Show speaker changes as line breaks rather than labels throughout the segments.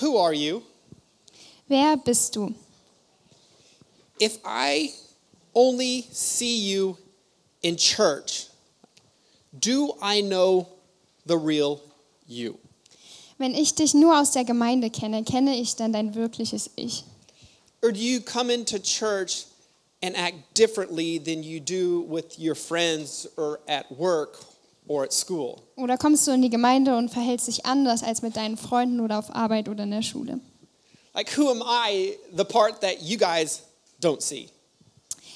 Who are you?
Wer bist du?
If I only see you in church, do I know the real you?
Wenn ich dich nur aus der Gemeinde kenne, kenne ich dann dein wirkliches Ich?
Or do you come into church and act differently than you do with your friends or at work or at school?
Oder kommst du in die Gemeinde und verhältst dich anders als mit deinen Freunden oder auf Arbeit oder in der Schule?
Like, who am I, the part that you guys don't see?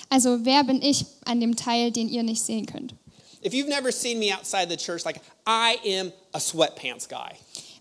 Also wer bin ich an dem Teil, den ihr nicht sehen könnt?
If you've never seen me outside the church, like, I am a sweatpants guy.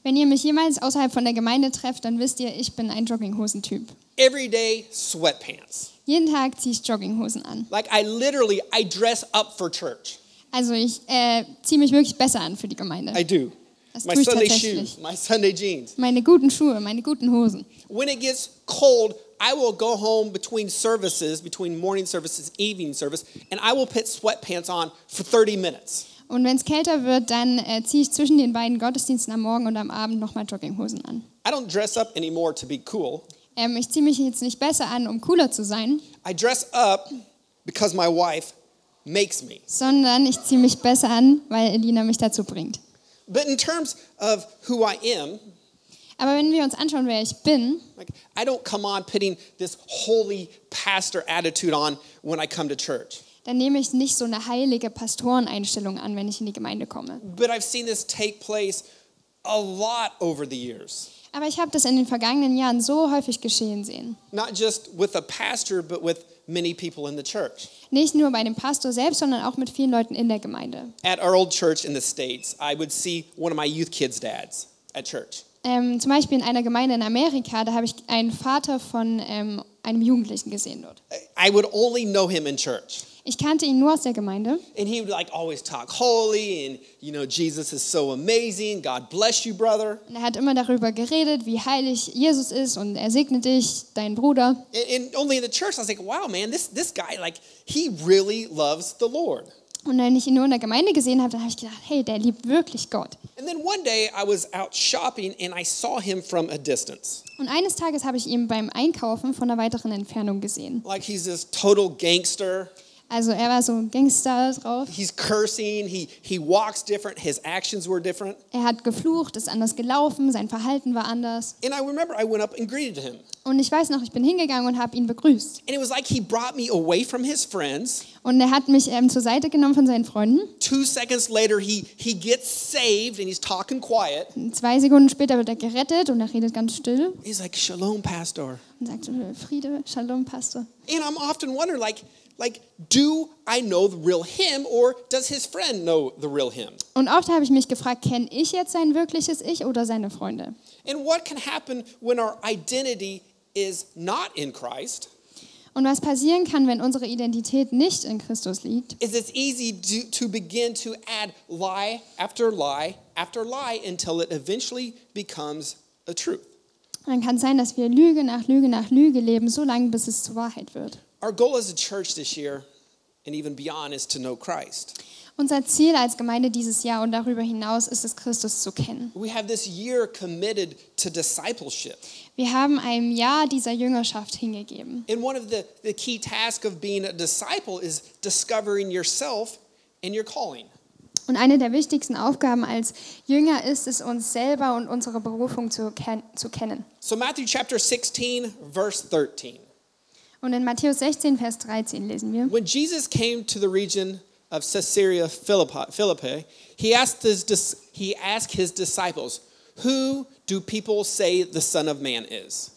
Wenn ihr mich jemals außerhalb von der Gemeinde trefft, dann wisst ihr, ich bin ein Jogginghosentyp.
Everyday sweatpants.
Jeden Tag ziehe ich Jogginghosen an.
Like, I literally, I dress up for church.
Also ich äh, ziehe mich wirklich besser an für die Gemeinde.
I do.
Das
My
tue ich
Sunday
tatsächlich.
shoes, my Sunday jeans.
Meine guten Schuhe, meine guten Hosen.
When it gets cold, I will go home between services, between morning services, evening service, and I will put sweatpants on for 30 minutes.
Und wenn es kälter wird, dann äh, ziehe ich zwischen den beiden Gottesdiensten am Morgen und am Abend nochmal Jogginghosen an.
I don't dress up anymore to be cool.
Ähm, ich ziehe mich jetzt nicht besser an, um cooler zu sein,
I dress up because my wife makes me.
sondern ich ziehe mich besser an, weil Elina mich dazu bringt.
But in terms of who I am,
Aber wenn wir uns anschauen, wer ich bin,
like I don't come on putting this holy pastor attitude on when I come to church.
dann nehme ich nicht so eine heilige Pastoreneinstellung an, wenn ich in die Gemeinde komme.
But I've seen this take place a lot over the years.
Aber ich habe das in den vergangenen Jahren so häufig geschehen sehen.
not just with a pastor, but with many people in the church.
Nicht nur bei dem Pastor selbst, sondern auch mit vielen Leuten in der Gemeinde.
At our old church in the States, I would see one of my youth kids' dads at church.
Ähm, zum Beispiel in einer Gemeinde in Amerika, da habe ich einen Vater von ähm, einem Jugendlichen gesehen dort.
I would only know him in church.
Ich kannte ihn nur aus der Gemeinde
And he would like always talk holy and, you know, Jesus is so amazing. God bless you, brother.
und er hat immer darüber geredet, wie heilig Jesus ist und er segne dich, deinen Bruder.
And, and only in the church, I was like, wow, man, this, this guy, like, he really loves the Lord.
Und wenn ich ihn nur in der Gemeinde gesehen habe, dann habe ich gedacht, hey, der liebt wirklich Gott.
And then one day I was out shopping and I saw him from a distance.
Und eines Tages habe ich ihn beim Einkaufen von einer weiteren Entfernung gesehen.
Like, he's this total gangster.
Also er war so ein Gangster drauf.
he's cursing he he walks different his actions were different
Er hat geflucht, ist anders gelaufen, sein Verhalten war anders.
and i remember i went up and greeted him
Und ich weiß noch, ich bin hingegangen und habe ihn begrüßt.
and it was like he brought me away from his friends
Und er hat mich ähm, zur Seite genommen von seinen Freunden.
two seconds later he he gets saved and he's talking quiet
Und Zwei Sekunden später wird er gerettet und er redet ganz still
he's like shalom pastor
und sagt, äh, Friede, Shalom, Pastor.
and i'm often wondering like like do i know the real him or does his friend know the real him
Und oft habe ich mich gefragt, kenne ich jetzt sein wirkliches Ich oder seine Freunde?
and what can happen when our identity is not in christ
Und was passieren kann, wenn unsere Identität nicht in Christus liegt,
is it's easy to, to begin to add lie after lie after lie until it eventually becomes a truth.
dann kann es sein, dass wir Lüge nach Lüge nach Lüge leben, so lange, bis es zur Wahrheit wird.
Our goal as a church this year and even beyond is to know Christ.
Unser Ziel als Gemeinde dieses Jahr und darüber hinaus ist es, Christus zu kennen.
We have this year committed to discipleship.
Wir haben einem Jahr dieser Jüngerschaft hingegeben.
And one of the, the key tasks of being a disciple is discovering yourself and your calling.
Und eine der wichtigsten Aufgaben als Jünger ist es, uns selber und unsere Berufung zu, ken zu kennen.
So, Matthew chapter 16, verse 13.
Und in Matthäus 16, Vers 13 lesen wir.
When Jesus came to the region of Caesarea Philippi, Philippi he, asked his, dis- he asked his disciples, Who do people say the Son of Man is?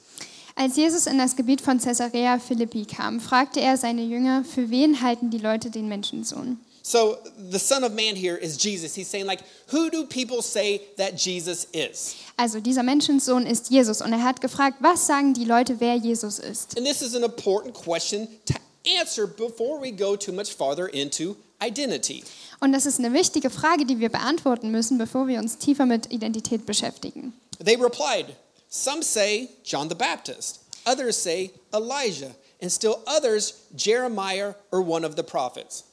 Als Jesus in das Gebiet von Caesarea Philippi kam, fragte er seine Jünger, für wen halten die Leute den Menschensohn?
So the Son of Man here is Jesus. He's saying, like, who do people say that Jesus is?
Also dieser Menschensohn ist Jesus und er hat gefragt, was sagen die Leute, wer Jesus ist?
And this is an important question to answer before we go too much farther into identity.
Und das ist eine wichtige Frage, die wir beantworten müssen, bevor wir uns tiefer mit Identität beschäftigen.
They replied, Some say John the Baptist, others say Elijah, and still others Jeremiah or one of the prophets.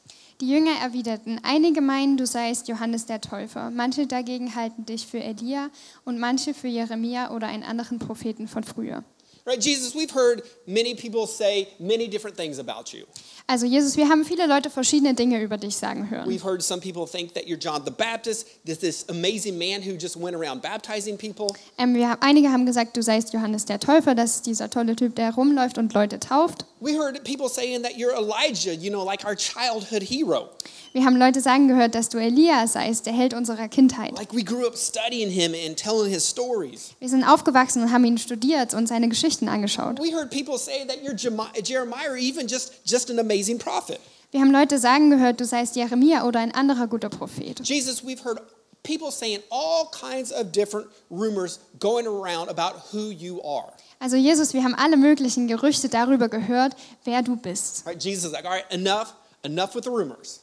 Die Jünger erwiderten, einige meinen, du seist Johannes der Täufer, manche dagegen halten dich für Elia und manche für Jeremia oder einen anderen Propheten von früher.
Right, Jesus, we've heard many people say many different things about you.
Also Jesus, wir haben viele Leute verschiedene Dinge über dich sagen hören.
We've heard some people think that you're John the Baptist, this, this amazing man who just went around baptizing people.
Ähm, wir haben, einige haben gesagt, du seist Johannes der Täufer, das ist dieser tolle Typ, der rumläuft und Leute tauft.
We heard people saying that you're Elijah, you know, like our childhood hero.
Wir haben Leute sagen gehört, dass du Elia seist, der Held unserer Kindheit.
Like we grew up studying him and telling his stories.
Wir sind aufgewachsen und haben ihn studiert und seine Geschichten angeschaut.
We heard people say that you're Jemi- Jeremiah, or even just, just an amazing prophet.
Wir haben Leute sagen gehört, du seist Jeremia oder ein anderer guter Prophet.
Jesus, we've heard people saying all kinds of different rumors going around about who you are.
Also Jesus, wir haben alle möglichen Gerüchte darüber gehört, wer du bist.
Right, Jesus is like, all right, enough, enough with the rumors.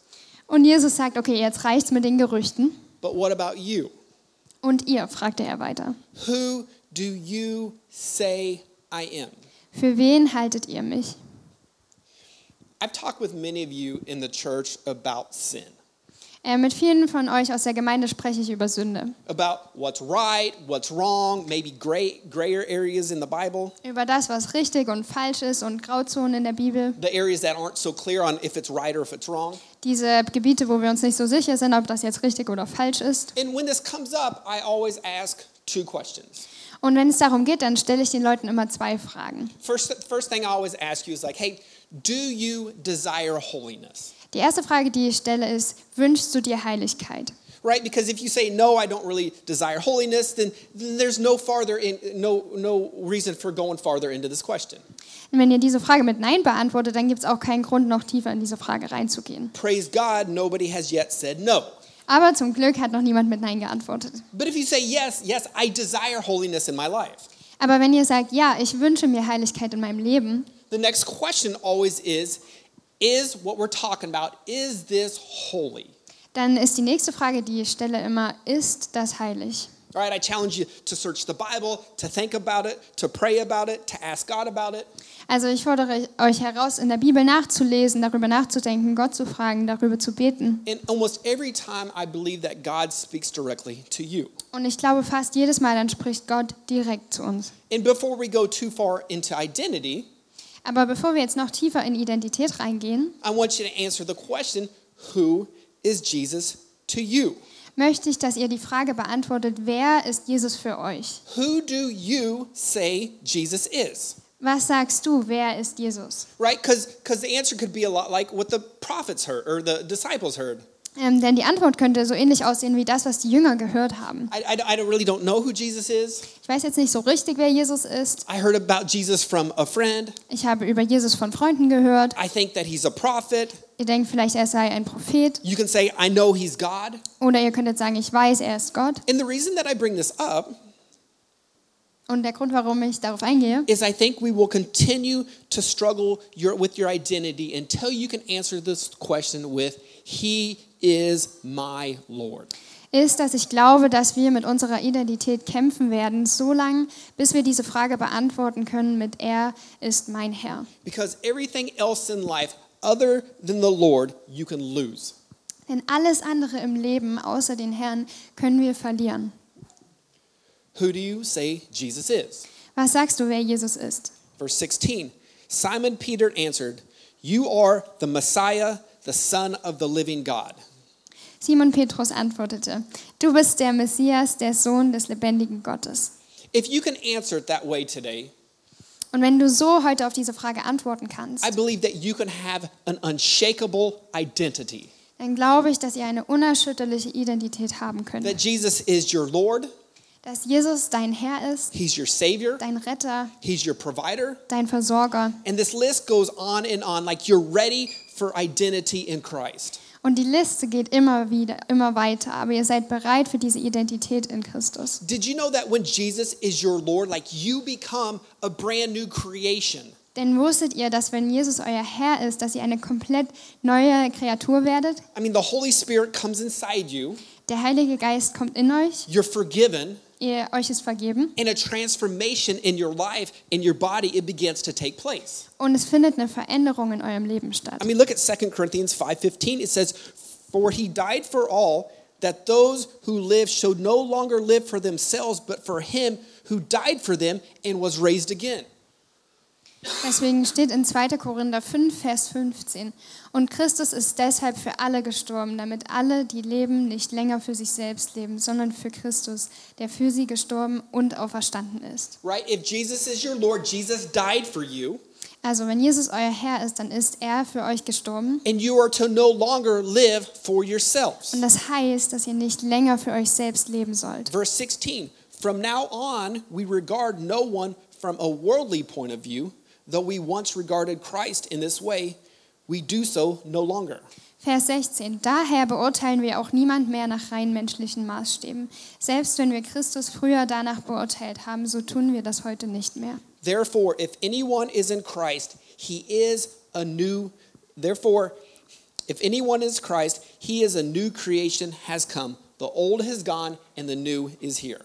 Und Jesus sagt, okay, jetzt reicht's mit den Gerüchten.
But what about you?
Und ihr, fragte er weiter,
Who do you say I am?
für wen haltet ihr mich?
I've talked with many of you in the church about sin,
Äh, mit vielen von euch aus der Gemeinde spreche ich über Sünde,
about what's right, what's wrong, maybe gray, grayer areas in the Bible,
über das, was richtig und falsch ist und Grauzonen in der Bibel,
the areas that aren't so clear on if it's right or if it's wrong.
diese Gebiete, wo wir uns nicht so sicher sind, ob das jetzt richtig oder falsch ist.
And when this comes up, I always ask two questions.
Und wenn es darum geht, dann stelle ich den Leuten immer zwei Fragen.
First, first thing I always ask you is like, hey, do you desire holiness?
Die erste Frage, die ich stelle, ist, wünschst du dir Heiligkeit?
Right? Because if you say no, I don't really desire holiness, then, then there's no farther in, no no reason for going farther into this question.
Und wenn ihr diese Frage mit Nein beantwortet, dann gibt es auch keinen Grund, noch tiefer in diese Frage reinzugehen.
Praise God, nobody has yet said no.
Aber zum Glück hat noch niemand mit Nein geantwortet.
But if you say yes, yes, I desire holiness in my life.
Aber wenn ihr sagt, ja, ich wünsche mir Heiligkeit in meinem Leben,
The next question always is is what we're talking about is this holy?
dann ist die nächste Frage, die ich stelle, immer, ist das heilig?
All right, I challenge you to search the Bible, to think about it, to pray about it, to ask God about it.
Also ich fordere euch heraus, in der Bibel nachzulesen, darüber nachzudenken, Gott zu fragen, darüber zu beten.
And almost every time I believe that God speaks directly to you.
Und ich glaube fast jedes Mal, dann spricht Gott direkt zu uns.
And before we go too far into identity,
Aber bevor wir jetzt noch tiefer in Identität reingehen,
I want you to answer the question who is Jesus to you?
möchte ich, dass ihr die Frage beantwortet, wer ist Jesus für euch?
Who do you say Jesus is?
Was sagst du, wer ist Jesus?
Right? Because the answer could be a lot like what the prophets heard or the disciples heard.
Ähm, denn die Antwort könnte so ähnlich aussehen wie das, was die Jünger gehört haben.
I, I, I don't- really don't know who Jesus is.
Ich weiß jetzt nicht so richtig, wer Jesus ist.
I heard about Jesus from a friend.
Ich habe über Jesus von Freunden gehört.
I think that he's a prophet.
Ihr denkt vielleicht, er sei ein Prophet.
You can say, I know he's God.
Oder ihr könntet sagen, ich weiß, er ist Gott.
And the reason that I bring this up
Und der Grund, warum ich darauf eingehe,
is I think we will continue to struggle your, with your identity until you can answer this question with, He is my Lord.
ist, dass ich glaube, dass wir mit unserer Identität kämpfen werden, so lange, bis wir diese Frage beantworten können mit Er ist mein Herr.
Because everything else in life, other than the Lord, you can lose.
Denn alles andere im Leben außer den Herrn können wir verlieren.
Who do you say Jesus is?
Was sagst du, wer Jesus ist?
Verse 16 Simon Peter answered, You are the Messiah, the Son of the living God.
Simon Petrus antwortete, du bist der Messias, der Sohn des lebendigen Gottes.
If you can answer it that way today,
Und wenn du so heute auf diese Frage antworten kannst,
I believe that you can have an unshakable identity.
dann glaube ich, dass ihr eine unerschütterliche Identität haben
That
könnt.
Jesus is your Lord,
Dass Jesus dein Herr ist,
He's your Savior,
dein Retter,
He's your provider.
dein Versorger.
And this list goes on and on. Like you're ready for identity in Christ.
Und die Liste geht immer wieder, immer weiter. Aber ihr seid bereit für diese Identität in Christus.
Did you know that when Jesus is your Lord, like you become a brand new creation?
Denn wusstet ihr, dass wenn Jesus euer Herr ist, dass ihr eine komplett neue Kreatur werdet?
I mean, the Holy Spirit comes inside you,
Der Heilige Geist kommt in euch,
you're forgiven,
Ihr, euch ist vergeben.
and a transformation in your life, in your body, it begins to take place.
Und es findet eine Veränderung in eurem Leben
I
statt.
mean, look at 2 Corinthians 5.15. It says, For he died for all, that those who live should no longer live for themselves, but for him who died for them and was raised again.
Deswegen steht in 2. Korinther 5, Vers 15. Und Christus ist deshalb für alle gestorben, damit alle, die leben, nicht länger für sich selbst leben, sondern für Christus, der für sie gestorben und auferstanden ist.
Right? If Jesus is your Lord, Jesus died for you,
Also wenn Jesus euer Herr ist, dann ist er für euch gestorben.
and you are to no longer live for yourselves.
Und das heißt, dass ihr nicht länger für euch selbst leben sollt.
Verse 16 From now on, we regard no one from a worldly point of view, though we once regarded Christ in this way, we do so no longer.
Vers 16. Daher beurteilen wir auch niemand mehr nach rein menschlichen Maßstäben. Selbst wenn wir Christus früher danach beurteilt haben, so tun wir das heute nicht mehr.
Therefore, if anyone is in Christ, he is a new. Therefore, if anyone is Christ, he is a new creation has come. The old has gone and the new is here.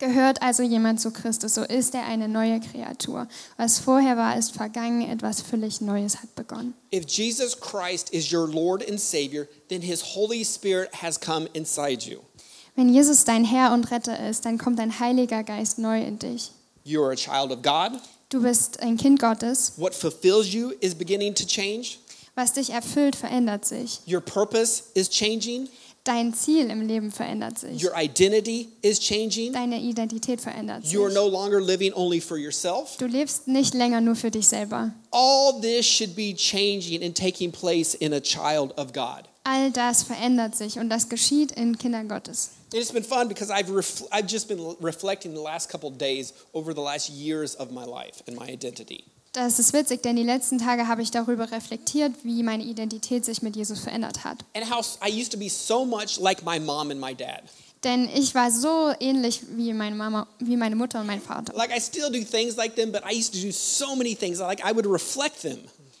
Gehört also jemand zu Christus, so ist er eine neue Kreatur. Was vorher war, ist vergangen, etwas völlig Neues hat begonnen.
If Jesus Christ is your Lord and Savior, then his Holy Spirit has come inside you.
Wenn Jesus dein Herr und Retter ist, dann kommt ein Heiliger Geist neu in dich.
You are a child of God.
Du bist ein Kind Gottes.
What fulfills you is beginning to change.
Was dich erfüllt, verändert sich.
Your purpose is changing.
Dein Ziel im Leben verändert sich.
Your identity is changing.
Deine Identität verändert sich.
You are no longer living only for yourself.
Du lebst nicht länger nur für dich selber.
All this should be changing and taking place in a child of God.
All das verändert sich und das geschieht in Kindern Gottes.
And it's been fun because I've, refl- I've just been reflecting the last couple days over the last years of my life and my identity.
Das ist witzig, denn die letzten Tage habe ich darüber reflektiert, wie meine Identität sich mit Jesus verändert hat.
And how s- I used to be so much like my mom and my dad.
Denn ich war so ähnlich wie meine Mama, wie meine Mutter und mein Vater.
Like I still do things like them, but I used to do so many things. Like I would reflect them.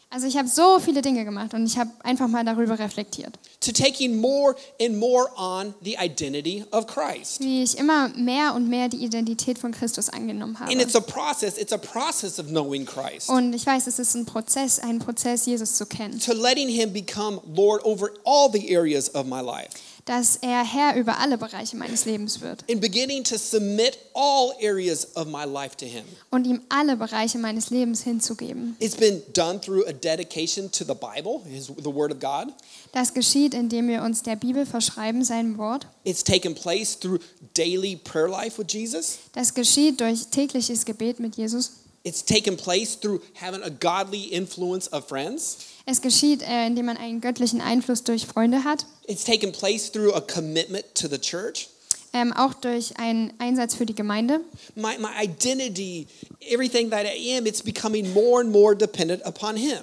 Also ich habe so viele Dinge gemacht und ich habe einfach mal darüber reflektiert,
to taking more and more on the identity of Christ.
wie ich immer mehr und mehr die Identität von Christus angenommen
And
habe.
it's a process, it's a process of knowing Christ,
Und ich weiß, es ist ein Prozess, ein Prozess, Jesus zu kennen,
to letting Him become Lord over all the areas of my life,
dass er Herr über alle Bereiche meines Lebens wird
and beginning to submit all areas of my life to Him.
und ihm alle Bereiche meines Lebens hinzugeben.
It's been done through a dedication to the Bible, his, the Word of God.
Das geschieht, indem wir uns der Bibel verschreiben, seinem Wort.
It's taken place through daily prayer life with Jesus.
Das geschieht durch tägliches Gebet mit Jesus.
It's taken place through having a godly influence of friends.
Es geschieht, äh, indem man einen göttlichen Einfluss durch Freunde hat,
It's taken place through a commitment to the church.
ähm, auch durch einen Einsatz für die Gemeinde.
my, my identity, everything that I am, it's becoming more and more dependent upon Him.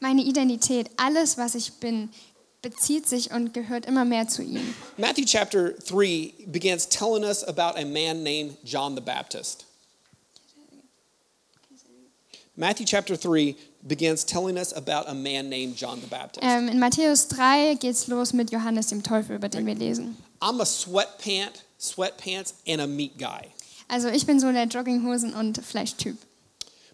Meine Identität, alles, was ich bin, bezieht sich und gehört immer mehr zu ihm.
Matthew chapter 3 begins telling us about a man named John the Baptist. Matthew chapter 3 begins telling us about a man named John the Baptist.
Ähm, in Matthäus 3 geht's los mit Johannes dem Teufel, über den wir lesen.
I'm a sweatpant, sweatpants, and a meat guy.
Also ich bin so der Jogginghosen- und Fleischtyp.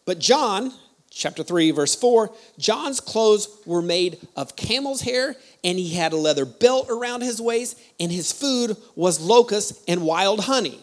But John, chapter 3, verse 4, John's clothes were made of camel's hair, and he had a leather belt around his waist, and his food was locusts and wild honey.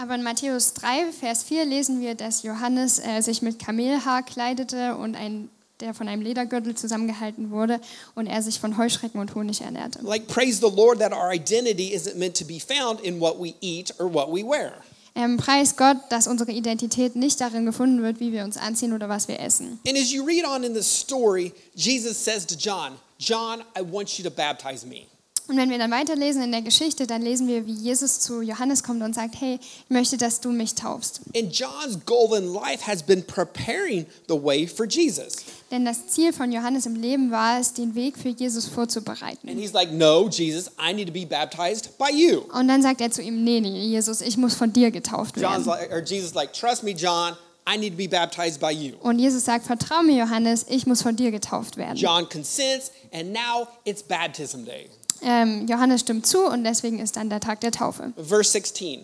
Aber in Matthäus 3, Vers 4 lesen wir, dass Johannes äh, sich mit Kamelhaar kleidete und ein, der von einem Ledergürtel zusammengehalten wurde und er sich von Heuschrecken und Honig ernährte.
Like, praise the Lord that our identity isn't meant to be found in what we eat or what we wear.
Ähm, preis Gott, dass unsere Identität nicht darin gefunden wird, wie wir uns anziehen oder was wir essen.
And as you read on in this story, Jesus says to John, John, I want you to baptize me.
Und wenn wir dann weiterlesen in der Geschichte, dann lesen wir, wie Jesus zu Johannes kommt und sagt, hey, ich möchte, dass du mich taufst.
And John's goal in life has been preparing the way for Jesus.
Denn das Ziel von Johannes im Leben war es, den Weg für Jesus vorzubereiten.
And he's like, No, Jesus, I need to be baptized by you.
Und dann sagt er zu ihm, nee, nee, Jesus, ich muss von dir getauft werden.
John's like, or Jesus like, trust me, John, I need to be baptized by you.
Und Jesus sagt, vertrau mir, Johannes, ich muss von dir getauft werden.
John consents, and now it's baptism day.
Ähm, Johannes stimmt zu und deswegen ist dann der Tag der Taufe.
Verse 16.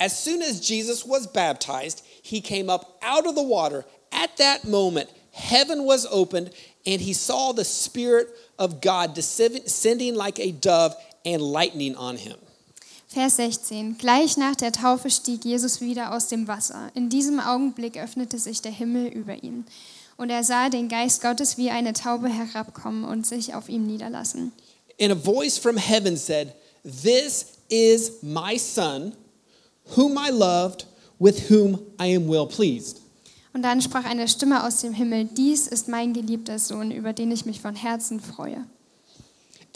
As soon as Jesus was baptized, he came up out of the water. At that moment, heaven was opened, and he saw the Spirit of God descending like a dove and lightning on him.
Vers 16. Gleich nach der Taufe stieg Jesus wieder aus dem Wasser. In diesem Augenblick öffnete sich der Himmel über ihn. Und er sah den Geist Gottes wie eine Taube herabkommen und sich auf ihm niederlassen.
And a voice from heaven said, This is my Son, whom I loved, with whom I am well pleased.
Und dann sprach eine Stimme aus dem Himmel, dies ist mein geliebter Sohn, über den ich mich von Herzen freue.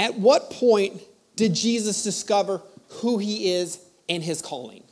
At what point did Jesus discover who he is and his calling?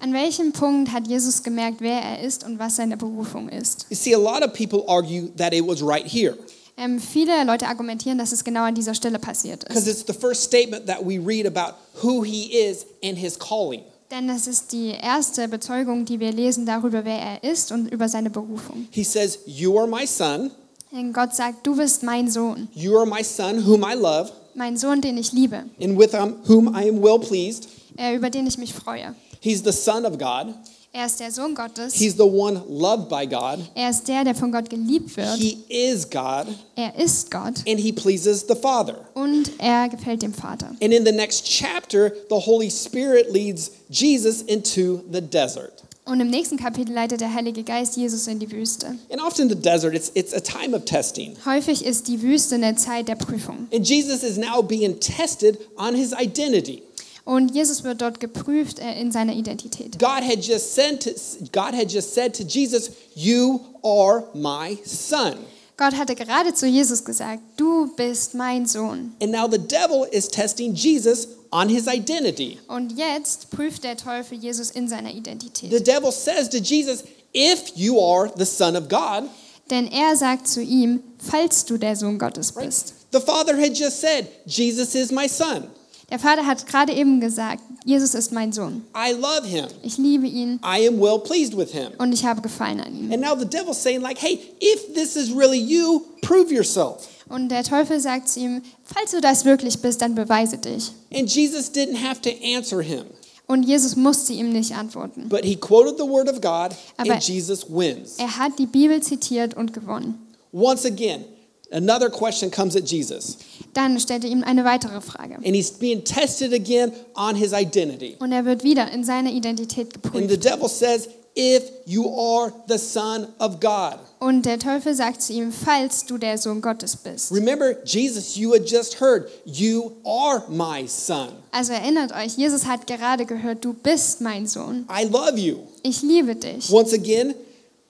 An welchem Punkt hat Jesus gemerkt, wer er ist und was seine Berufung ist?
You see, a lot of people argue that it was right here
Ähm, viele Leute argumentieren, dass es genau an dieser Stelle passiert ist.
because it's the first statement that we read about who he is and his calling.
Denn das ist die erste Bezeugung, die wir lesen darüber, wer er ist und über seine Berufung.
He says, You are my son.
Denn Gott sagt, du bist mein Sohn,
You are my son, whom I love,
mein Sohn, den ich liebe,
and with whom I am well pleased.
äh, über den ich mich freue.
He's the son of God.
Er ist der Sohn Gottes.
He's the one loved by God.
Er ist der, der von Gott geliebt wird.
He is God,
Er ist Gott
and he pleases the Father.
und er gefällt dem Vater.
And in the next chapter, the Holy Spirit leads Jesus into the desert.
Und im nächsten Kapitel leitet der Heilige Geist Jesus in die Wüste.
And often the desert, it's, it's a time of testing.
Häufig ist die Wüste eine Zeit der Prüfung.
And Jesus is now being tested on his identity.
Und Jesus wird dort geprüft äh, in seiner Identität.
God had just sent God had just said to Jesus, "You are my son."
Gott hatte gerade zu Jesus gesagt, du bist mein Sohn.
And now the devil is testing Jesus on his identity.
Und jetzt prüft der Teufel Jesus in seiner Identität.
The devil says to Jesus, "If you are the son of God,"
Denn er sagt zu ihm, falls du der Sohn Gottes
right?
bist.
The Father had just said, "Jesus is my son.
Der Vater hat gerade eben gesagt, Jesus ist mein Sohn.
I love him.
Ich liebe ihn
I am well pleased with him."
und ich habe Gefallen an ihm.
And now the devil's saying like, "Hey, if this is really you, prove yourself."
Und der Teufel sagt zu ihm, falls du das wirklich bist, dann beweise dich.
And Jesus didn't have to answer him,
Und Jesus musste ihm nicht antworten.
but he quoted the word of God
Aber-
and Jesus wins.
Er hat die Bibel zitiert und gewonnen.
Once again, another question comes at Jesus,
Dann stellt er ihm eine weitere Frage.
and he's being tested again on his identity.
Und er wird wieder in seiner Identität
And the
geprüft.
devil says, If you are the Son of God.
Und der Teufel sagt zu ihm, falls du der Sohn Gottes bist.
Remember, Jesus, you had just heard, You are my Son.
Also erinnert euch, Jesus hat gerade gehört, du bist mein Sohn.
I love you.
Ich liebe dich.
Once again,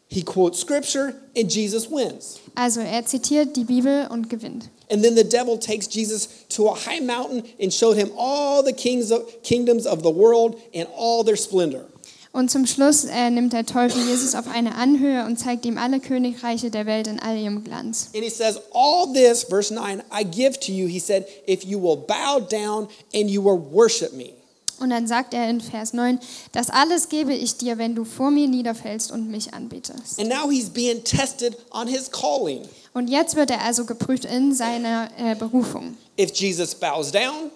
he quotes scripture, and Jesus wins.
Also er zitiert die Bibel und gewinnt.
And then the devil takes Jesus to a high mountain and showed him all the kings of, kingdoms of the world and all their splendor.
Und zum Schluss äh, nimmt der Teufel Jesus auf eine Anhöhe und zeigt ihm alle Königreiche der Welt in all ihrem Glanz.
And he says, All this, verse 9, I give to you, he said, if you will bow down and you will worship me.
Und dann sagt er in Vers 9, das alles gebe ich dir, wenn du vor mir niederfällst und mich anbetest.
And now he's being tested on his calling.
Und jetzt wird er also geprüft in seiner äh, Berufung.
If Jesus bows down,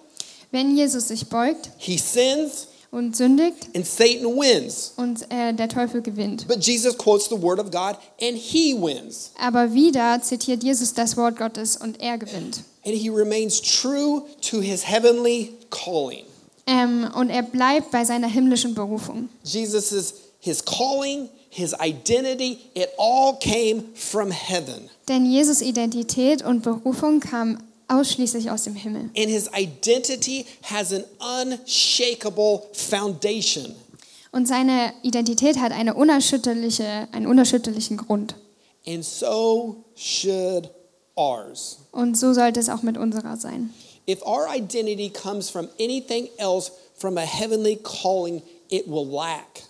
Wenn Jesus sich beugt
he sins
und sündigt
and Satan wins.
und äh, der Teufel gewinnt.
But Jesus quotes the word of God and he wins.
Aber wieder zitiert Jesus das Wort Gottes und er gewinnt.
And he remains true to his heavenly calling.
Ähm, und er bleibt bei seiner himmlischen Berufung.
Jesus is his calling, his identity, it all came from heaven.
Denn Jesus Identität und Berufung kam ausschließlich aus dem Himmel.
And his identity has an unshakable foundation.
Und seine Identität hat eine unerschütterliche, einen unerschütterlichen Grund.
And so should ours.
Und so sollte es auch mit unserer sein.
If our identity comes from anything else from a heavenly calling, it will lack.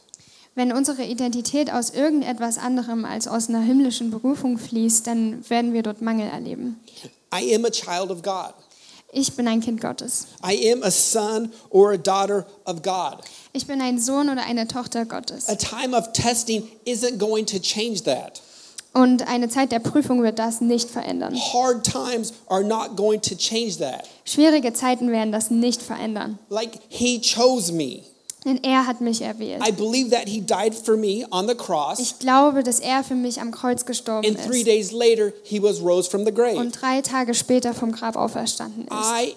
Wenn unsere Identität aus irgendetwas anderem als aus einer himmlischen Berufung fließt, dann werden wir dort Mangel erleben.
I am a child of God.
Ich bin ein Kind Gottes.
I am a son or a daughter of God.
Ich bin ein Sohn oder eine Tochter
A
Gottes.
time of testing isn't going to change that.
Und eine Zeit der Prüfung wird das nicht verändern.
Hard times are not going to change that.
Schwierige Zeiten werden das nicht verändern.
Like, He chose me.
Denn er hat mich erwählt.
I believe that he died for me on the cross,
Ich glaube, dass er für mich am Kreuz gestorben
and three
ist
days later, he was rose from the grave.
und drei Tage später vom Grab auferstanden ist.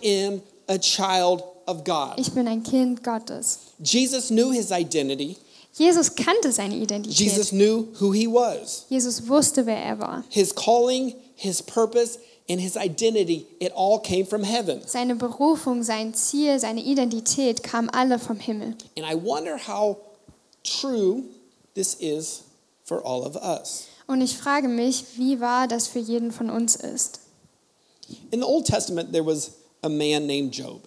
I am a child of God.
Ich bin ein Kind Gottes.
Jesus knew his identity,
Jesus kannte seine Identität.
Jesus knew who he was.
Jesus wusste, wer er war.
His calling, his purpose, and his identity, it all came from heaven.
Seine Berufung, sein Ziel, seine Identität kamen alle vom Himmel.
And I wonder how true this is for all of us.
Und ich frage mich, wie wahr das für jeden von uns ist.
In the Old Testament, there was a man named Job.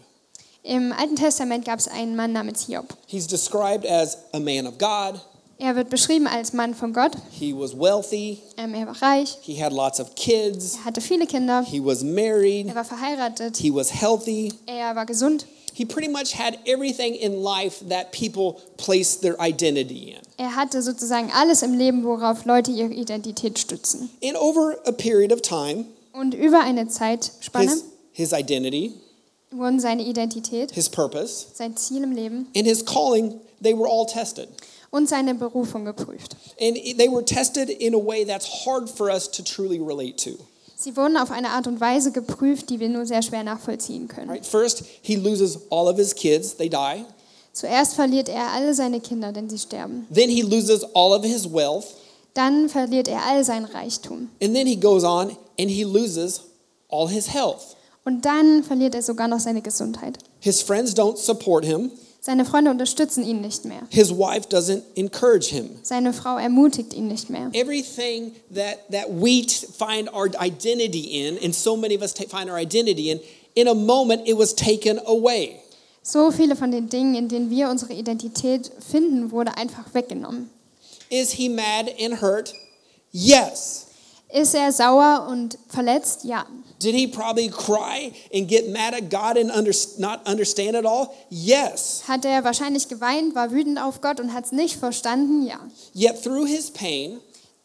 Im Alten Testament gab es einen Mann namens Hiob.
He's described as a man of God.
Er wird beschrieben als Mann von Gott.
He was wealthy.
Ähm, Er war reich,
He had lots of kids.
er hatte viele Kinder,
He was
er
married.
war verheiratet,
He was healthy.
er war gesund.
He pretty much had everything in life that people place their identity in.
Er hatte sozusagen alles im Leben, worauf Leute ihre Identität stützen.
And over a period of time,
Und über eine Zeitspanne
his, his identity,
wurden seine Identität,
his purpose,
sein Ziel im Leben
and his calling, they were all tested.
und seine Berufung geprüft.
And it- they were tested in a way that's hard for us to truly relate to.
Sie wurden auf eine Art und Weise geprüft, die wir nur sehr schwer nachvollziehen können.
Right? First, he loses all of his kids, they die.
Zuerst verliert er alle seine Kinder, denn sie sterben.
Then he loses all of his wealth,
Dann verliert er all sein Reichtum.
and then he goes on and he loses all his health.
Und dann verliert er sogar noch seine Gesundheit.
His friends don't support him.
Seine Freunde unterstützen ihn nicht mehr.
His wife doesn't encourage him.
Seine Frau ermutigt ihn nicht mehr.
Everything that, that we t- find our identity in, and so many of us ta- find our identity in, in a moment it was taken away.
So viele von den Dingen, in denen wir unsere Identität finden, wurde einfach weggenommen.
Is he mad and hurt? Yes.
Ist er sauer und verletzt? Ja.
Did he probably cry and get mad at God and under, not understand it all? Yes.
Hat er wahrscheinlich geweint, war wütend auf Gott und hat es nicht verstanden? Ja.
Yet through his pain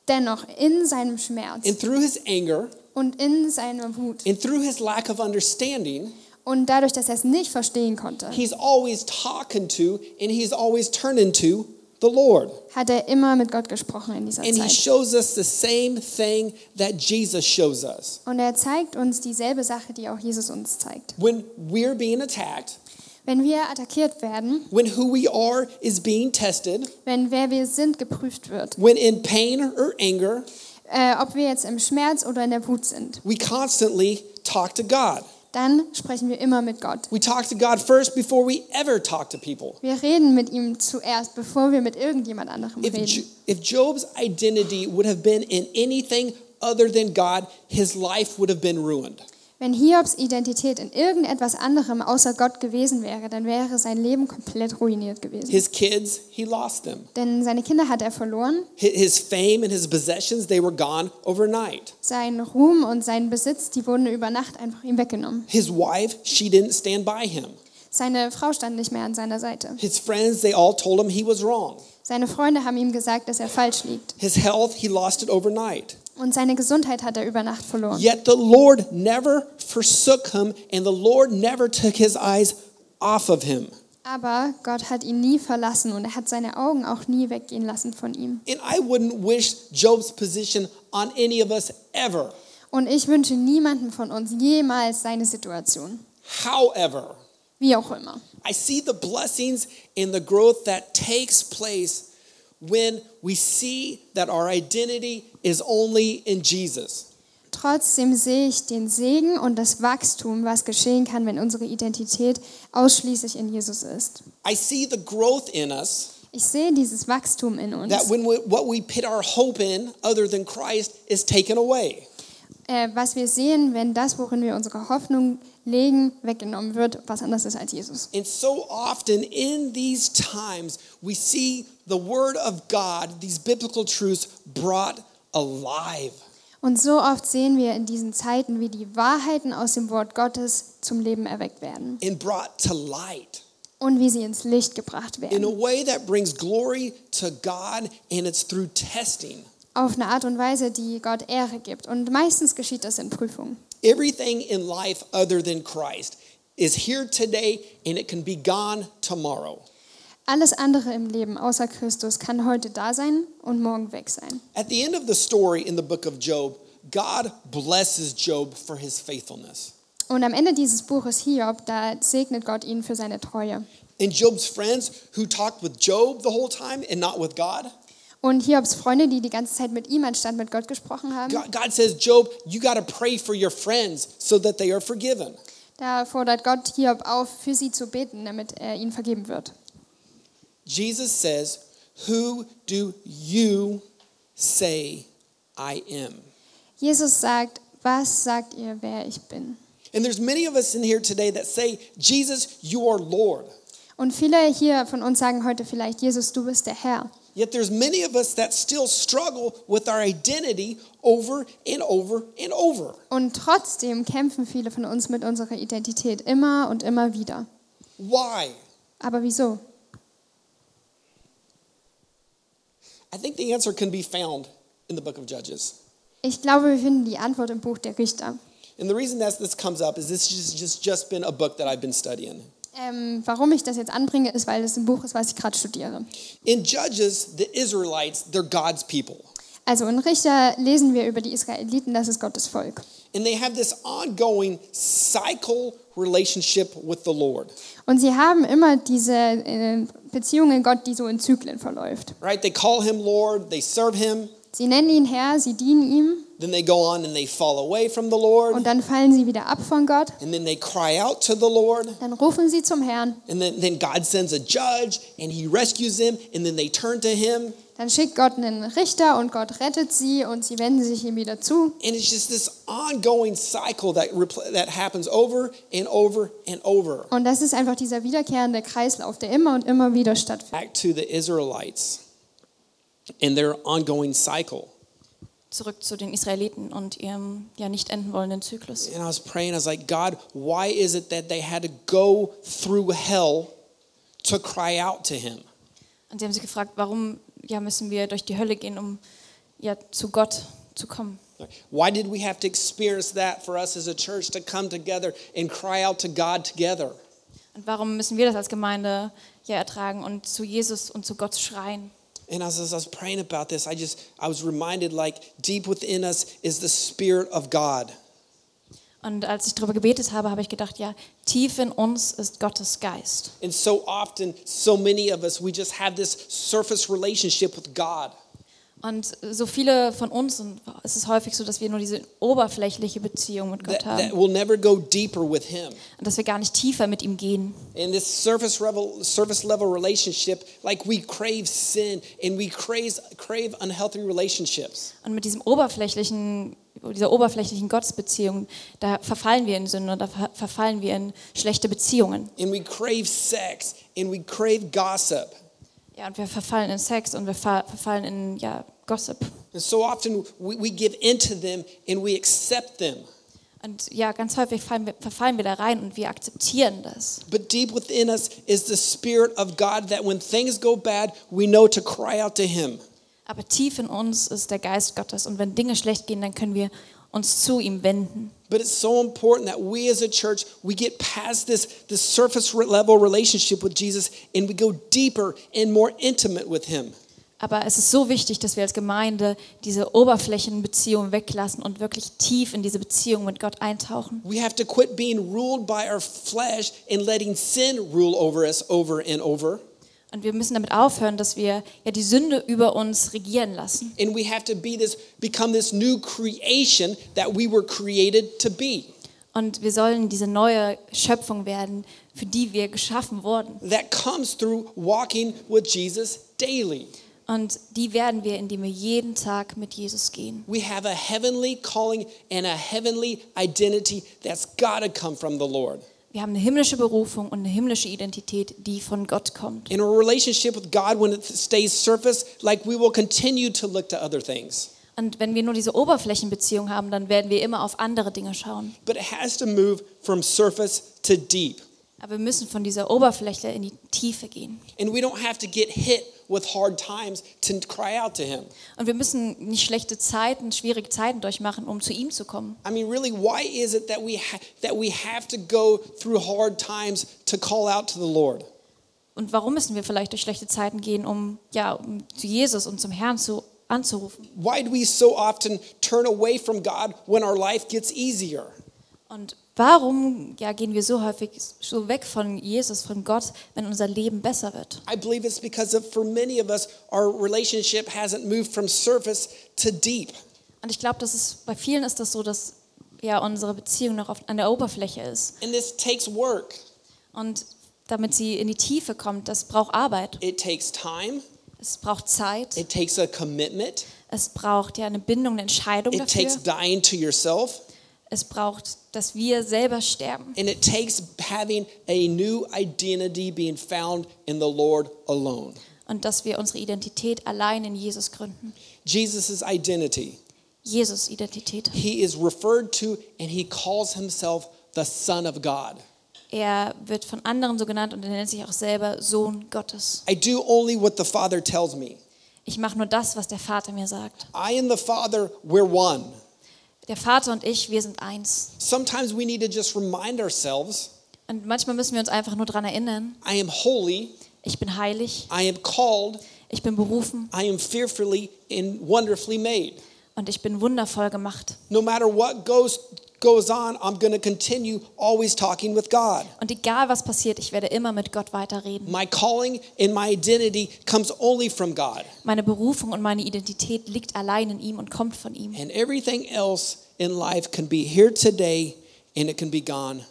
Dennoch, in seinem Schmerz
and through his anger
und in seiner Wut
and through his lack of understanding,
und dadurch, dass er es nicht verstehen konnte,
he's always talking to and he's always turning to the Lord.
hat er immer mit Gott gesprochen in dieser
And he
Zeit.
shows us the same thing that Jesus shows us.
Und er zeigt uns dieselbe Sache, die auch Jesus uns zeigt.
When we're being attacked,
Wenn wir attackiert werden,
when who we are is being tested,
wenn wer wir sind geprüft wird,
when in pain or anger,
äh, ob wir jetzt im Schmerz oder in der Wut sind,
we constantly talk to God.
dann sprechen wir immer mit Gott.
We talk to God first before we ever talk to people.
Wir reden mit ihm zuerst, bevor wir mit irgendjemand anderem
If, Jo-
reden.
if Job's identity would have been in anything other than God, his life would have been ruined.
Wenn Hiobs Identität in irgendetwas anderem außer Gott gewesen wäre, dann wäre sein Leben komplett ruiniert gewesen.
His kids, he lost them.
Denn seine Kinder hat er verloren,
Hi- His fame and his possessions, they were gone overnight.
seinen Ruhm und seinen Besitz, die wurden über Nacht einfach ihm weggenommen.
His wife, she didn't stand by him.
Seine Frau stand nicht mehr an seiner Seite.
His friends, they all told him he was wrong.
Seine Freunde haben ihm gesagt, dass er falsch liegt.
His health, he lost it overnight.
Und seine Gesundheit hat er über Nacht verloren.
Yet the Lord never forsook him, and the Lord never took his eyes off of him.
Aber Gott hat ihn nie verlassen und er hat seine Augen auch nie weggehen lassen von ihm.
And I wouldn't wish Job's position on any of us ever.
Und ich wünsche niemandem von uns jemals seine Situation.
However,
Wie auch immer.
I see the blessings and the growth that takes place when we see that our identity is only in Jesus.
Trotzdem sehe ich den Segen und das Wachstum, was geschehen kann, wenn unsere Identität ausschließlich in Jesus ist.
I see the growth in us
Ich sehe dieses Wachstum in
that
uns,
when we, what we put our hope in other than Christ is taken away.
äh, was wir sehen, wenn das, worin wir unsere Hoffnung legen, weggenommen wird, was anders ist als Jesus.
And so often in these times, we see the Word of God, these biblical truths brought alive.
Und so oft sehen wir in diesen Zeiten, wie die Wahrheiten aus dem Wort Gottes zum Leben erweckt werden.
and brought to light
und wie sie ins Licht gebracht
in a
werden.
way that brings glory to God, and it's through testing.
Auf eine Art und Weise, die Gott Ehre gibt. Und meistens geschieht das in Prüfungen.
Everything in life other than Christ is here today and it can be gone tomorrow.
Alles andere im Leben außer Christus kann heute da sein und morgen weg sein.
At the end of the story in the book of Job, God blesses Job for his faithfulness.
Und am Ende dieses Buches Hiob, da segnet Gott ihn für seine Treue.
And Job's friends who talked with Job the whole time and not with God,
Und Hiobs Freunde, die die ganze Zeit mit ihm anstatt mit Gott gesprochen haben,
God, God says, Job, you got to pray for your friends so that they are forgiven.
da fordert Gott Hiob auf, für sie zu beten, damit er ihnen vergeben wird.
Jesus says, Who do you say I am?
Jesus sagt, was sagt ihr, wer ich bin?
And there's many of us in here today that say, Jesus, you are Lord.
Und viele hier von uns sagen heute vielleicht, Jesus, du bist der Herr.
Yet there's many of us that still struggle with our identity over and over and over.
Und trotzdem kämpfen viele von uns mit unserer Identität immer und immer wieder.
Why?
Aber wieso?
I think the answer can be found in the book of Judges.
Ich glaube, wir finden die Antwort im Buch der Richter.
And the reason that this comes up is this has just, just been a book that I've been studying.
Ähm, warum ich das jetzt anbringe, ist, weil es ein Buch ist, was ich gerade studiere.
In Judges, the Israelites, they're God's people.
Also in Richter lesen wir über die Israeliten, das ist Gottes Volk.
And they have this ongoing cycle relationship with the Lord,
Und sie haben immer diese äh, Beziehung in Gott, die so in Zyklen verläuft.
right? They call him Lord, they serve him,
Sie nennen ihn Herr, sie dienen ihm
then they go on and they fall away from the Lord,
und dann fallen sie wieder ab von Gott.
and then they cry out to the Lord,
Dann rufen sie zum Herrn.
and then, then God sends a judge and he rescues them, and then they turn to him.
Dann schickt Gott einen Richter und Gott rettet sie und sie wenden sich ihm wieder zu.
And it's just this ongoing cycle that, repl- that happens over and over and over.
Und das ist einfach dieser wiederkehrende Kreislauf, der immer und immer wieder stattfindet.
Back to the Israelites and their ongoing cycle.
Zurück zu den Israeliten und ihrem ja nicht enden wollenden Zyklus.
And I was praying, I was like, God, why is it that they had to go through hell to cry out to him?
Und sie haben sich gefragt, warum ja, müssen wir durch die Hölle gehen, um ja, zu Gott zu kommen?
Why did we have to experience that for us as a church to come together and cry out to God together?
Und warum müssen wir das als Gemeinde ja ertragen und zu Jesus und zu Gott schreien?
And as, as I was praying about this, I just, I was reminded like deep within us is the Spirit of God.
Und als ich darüber gebetet habe, habe ich gedacht, ja, tief in uns ist Gottes Geist.
And so often, so many of us, we just have this surface relationship with God.
Und so viele von uns, und es ist häufig so, dass wir nur diese oberflächliche Beziehung mit
That,
Gott
that
haben
will never go deeper with Him.
und dass wir gar nicht tiefer mit ihm gehen.
In this surface level, surface level relationship, like we crave sin and we crave, crave unhealthy relationships.
Und mit diesem oberflächlichen, dieser oberflächlichen Gottesbeziehung, da verfallen wir in Sünde, da ver- verfallen wir in schlechte Beziehungen.
And we crave sex and we crave gossip.
Ja, und wir verfallen in Sex und wir ver verfallen in ja, Gossip.
And so often we, we give into them and we accept them.
Und ja, ganz häufig fallen wir, verfallen wir da rein und wir akzeptieren das.
But deep within us is the Spirit of God that when things go bad, we know to cry out to Him.
Aber tief in uns ist der Geist Gottes und wenn Dinge schlecht gehen, dann können wir uns zu ihm wenden.
But it's so important that we as a church, we get past this, this surface re- level relationship with Jesus and we go deeper and more intimate with him.
Aber es ist so wichtig, dass wir als Gemeinde diese Oberflächenbeziehung weglassen und wirklich tief in diese Beziehung mit Gott eintauchen.
We have to quit being ruled by our flesh and letting sin rule over us over and over.
Und wir müssen damit aufhören, dass wir ja die Sünde über uns regieren lassen.
And we have to be this, become this new creation that we were created to be,
Und wir sollen diese neue Schöpfung werden, für die wir geschaffen wurden.
that comes through walking with Jesus daily.
Und die werden wir, indem wir jeden Tag mit Jesus gehen.
We have a heavenly calling and a heavenly identity that's got to come from the Lord.
Wir haben eine himmlische Berufung und eine himmlische Identität, die von Gott kommt.
in a relationship with God when it stays surface, like we will continue to look to other things.
Und wenn wir nur diese Oberflächenbeziehung haben, dann werden wir immer auf andere Dinge schauen.
But it has to move from surface to deep.
Aber wir müssen von dieser Oberfläche in die Tiefe gehen.
And we don't have to get hit with hard times to cry out to Him.
Und wir müssen nicht schlechte Zeiten, schwierige Zeiten durchmachen, um zu ihm zu kommen.
I mean, really, why is it that we, ha- that we have to go through hard times to call out to the Lord?
Und warum müssen wir vielleicht durch schlechte Zeiten gehen, um, ja, um zu Jesus und zum Herrn zu, anzurufen?
Why do we so often turn away from God when our life gets easier?
Und warum ja, gehen wir so häufig so weg von Jesus, von Gott, wenn unser Leben besser wird?
I believe it's because of, for many of us, our relationship hasn't moved from surface to deep.
Und ich glaube, dass es bei vielen ist das so, dass ja unsere Beziehung noch oft an der Oberfläche ist.
And this takes work.
Und damit sie in die Tiefe kommt, das braucht Arbeit.
It takes time.
Es braucht Zeit.
It takes a commitment.
Es braucht ja eine Bindung, eine Entscheidung
It takes
dafür.
dying to yourself.
Es braucht, dass wir selber sterben.
And it takes having a new identity being found in the Lord alone.
Und dass wir unsere Identität allein in Jesus gründen.
Jesus' identity.
Jesus Identität.
He is referred to and he calls himself the Son of God.
Er wird von anderen so genannt und er nennt sich auch selber Sohn Gottes.
I do only what the Father tells me.
Ich mache nur das, was der Vater mir sagt.
I and the Father, we're one.
Der Vater und ich, wir sind eins.
Sometimes we need to just remind ourselves
Und manchmal müssen wir uns einfach nur daran erinnern,
I am holy,
ich bin heilig,
I am called,
ich bin berufen
I am fearfully and wonderfully made.
und ich bin wundervoll gemacht.
No matter what goes, goes on, I'm going to continue always talking with God.
Und egal was passiert, ich werde immer mit Gott weiterreden.
My calling and my identity comes only from God,
Meine Berufung und meine Identität liegt allein in ihm und kommt von ihm.
and everything else in life can be here today and it can be gone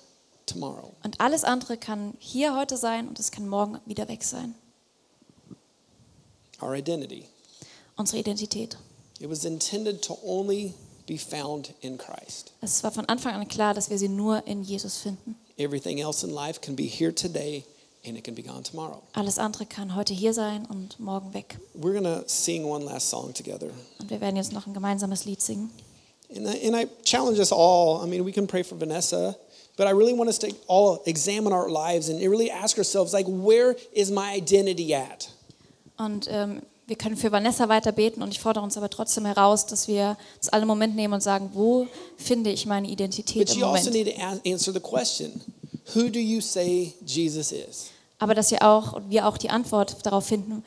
tomorrow.
Und alles andere kann hier heute sein und es kann morgen wieder weg sein.
Our identity.
Unsere Identität.
It was intended to only be found in Christ.
Es war von Anfang an klar, dass wir sie nur in Jesus finden.
Everything else in life can be here today and it can be gone tomorrow.
Alles andere kann heute hier sein und morgen weg.
We're going to sing one last song together.
Und wir werden jetzt noch ein gemeinsames Lied singen.
And I, and I challenge us all. I mean, we can pray for Vanessa, but I really want us to all examine our lives and really ask ourselves, like, where is my identity at?
Und ähm, wir können für Vanessa weiter beten und ich fordere uns aber trotzdem heraus, dass wir uns alle einen Moment nehmen und sagen, wo finde ich meine Identität
But
im
you also
Moment?
need to a- answer the question who do you say Jesus is?
Aber dass wir auch und wir auch die Antwort darauf finden,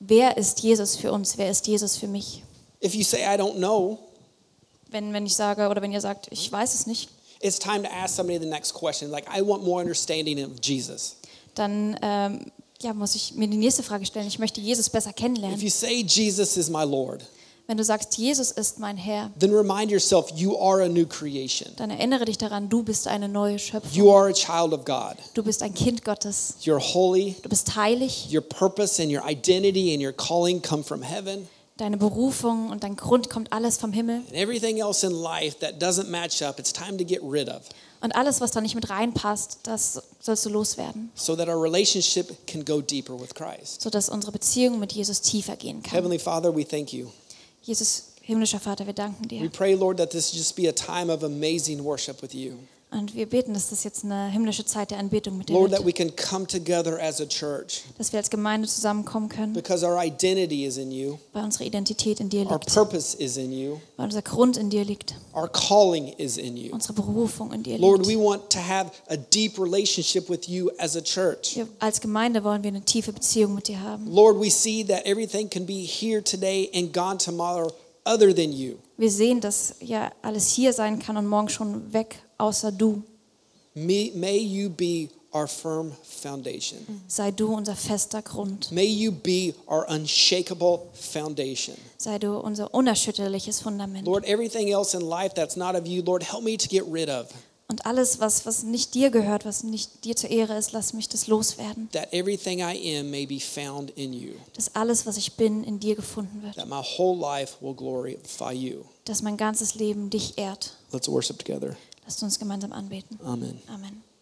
wer ist Jesus für uns, wer ist Jesus für mich?
If you say, I don't know,
Wenn, wenn ich sage oder wenn ihr sagt, ich weiß es nicht,
it's time to ask somebody the next question. Like, I want more understanding of Jesus.
dann ähm, ja, muss ich mir die nächste Frage stellen. Ich möchte Jesus besser
If
kennenlernen.
you say, Jesus is my Lord,
Wenn du sagst, Jesus ist mein Herr,
then remind yourself you are a new creation.
dann erinnere dich daran, du bist eine neue Schöpfung.
You are a child of God.
Du bist ein Kind Gottes.
You're holy.
Du bist heilig.
Your purpose and your identity and your calling come from heaven.
Deine Berufung und dein Grund kommt alles vom Himmel.
And everything else in life that doesn't match up, it's time to get rid of
Und alles, was da nicht mit reinpasst, das sollst du loswerden,
so that our relationship can go deeper with Christ.
sodass unsere Beziehung mit Jesus tiefer gehen kann.
Heavenly Father, we thank you.
Jesus, himmlischer Vater, wir danken
We
dir.
pray, Lord, that this just be a time of amazing worship with you.
Und wir beten, dass das jetzt eine himmlische Zeit der Anbetung mit dir
Lord, that we
wird.
can come together as a church
Dass wir als Gemeinde zusammenkommen können,
because our identity is in you,
weil unsere Identität in dir
our
liegt,
purpose is in you,
weil unser Grund in dir liegt,
our calling is in you.
unsere Berufung in dir
Lord, we
liegt.
want to have a deep relationship with you as a church.
Wir als Gemeinde wollen wir eine tiefe Beziehung mit dir haben.
Lord, we see that everything can be here today and gone tomorrow other than you.
Wir sehen, dass ja alles hier sein kann und morgen schon weg, außer du.
May, may you be our firm foundation.
Sei du unser fester Grund.
May you be our unshakable foundation.
Sei du unser unerschütterliches Fundament.
Lord, everything else in life that's not of you, Lord, help me to get rid of.
Und alles, was, was nicht dir gehört, was nicht dir zur Ehre ist, lass mich das loswerden.
That everything I am may be found in you.
Dass alles, was ich bin, in dir gefunden wird.
That my whole life will glorify you.
Dass mein ganzes Leben dich ehrt.
Let's worship together.
Lasst uns gemeinsam anbeten.
Amen.
Amen.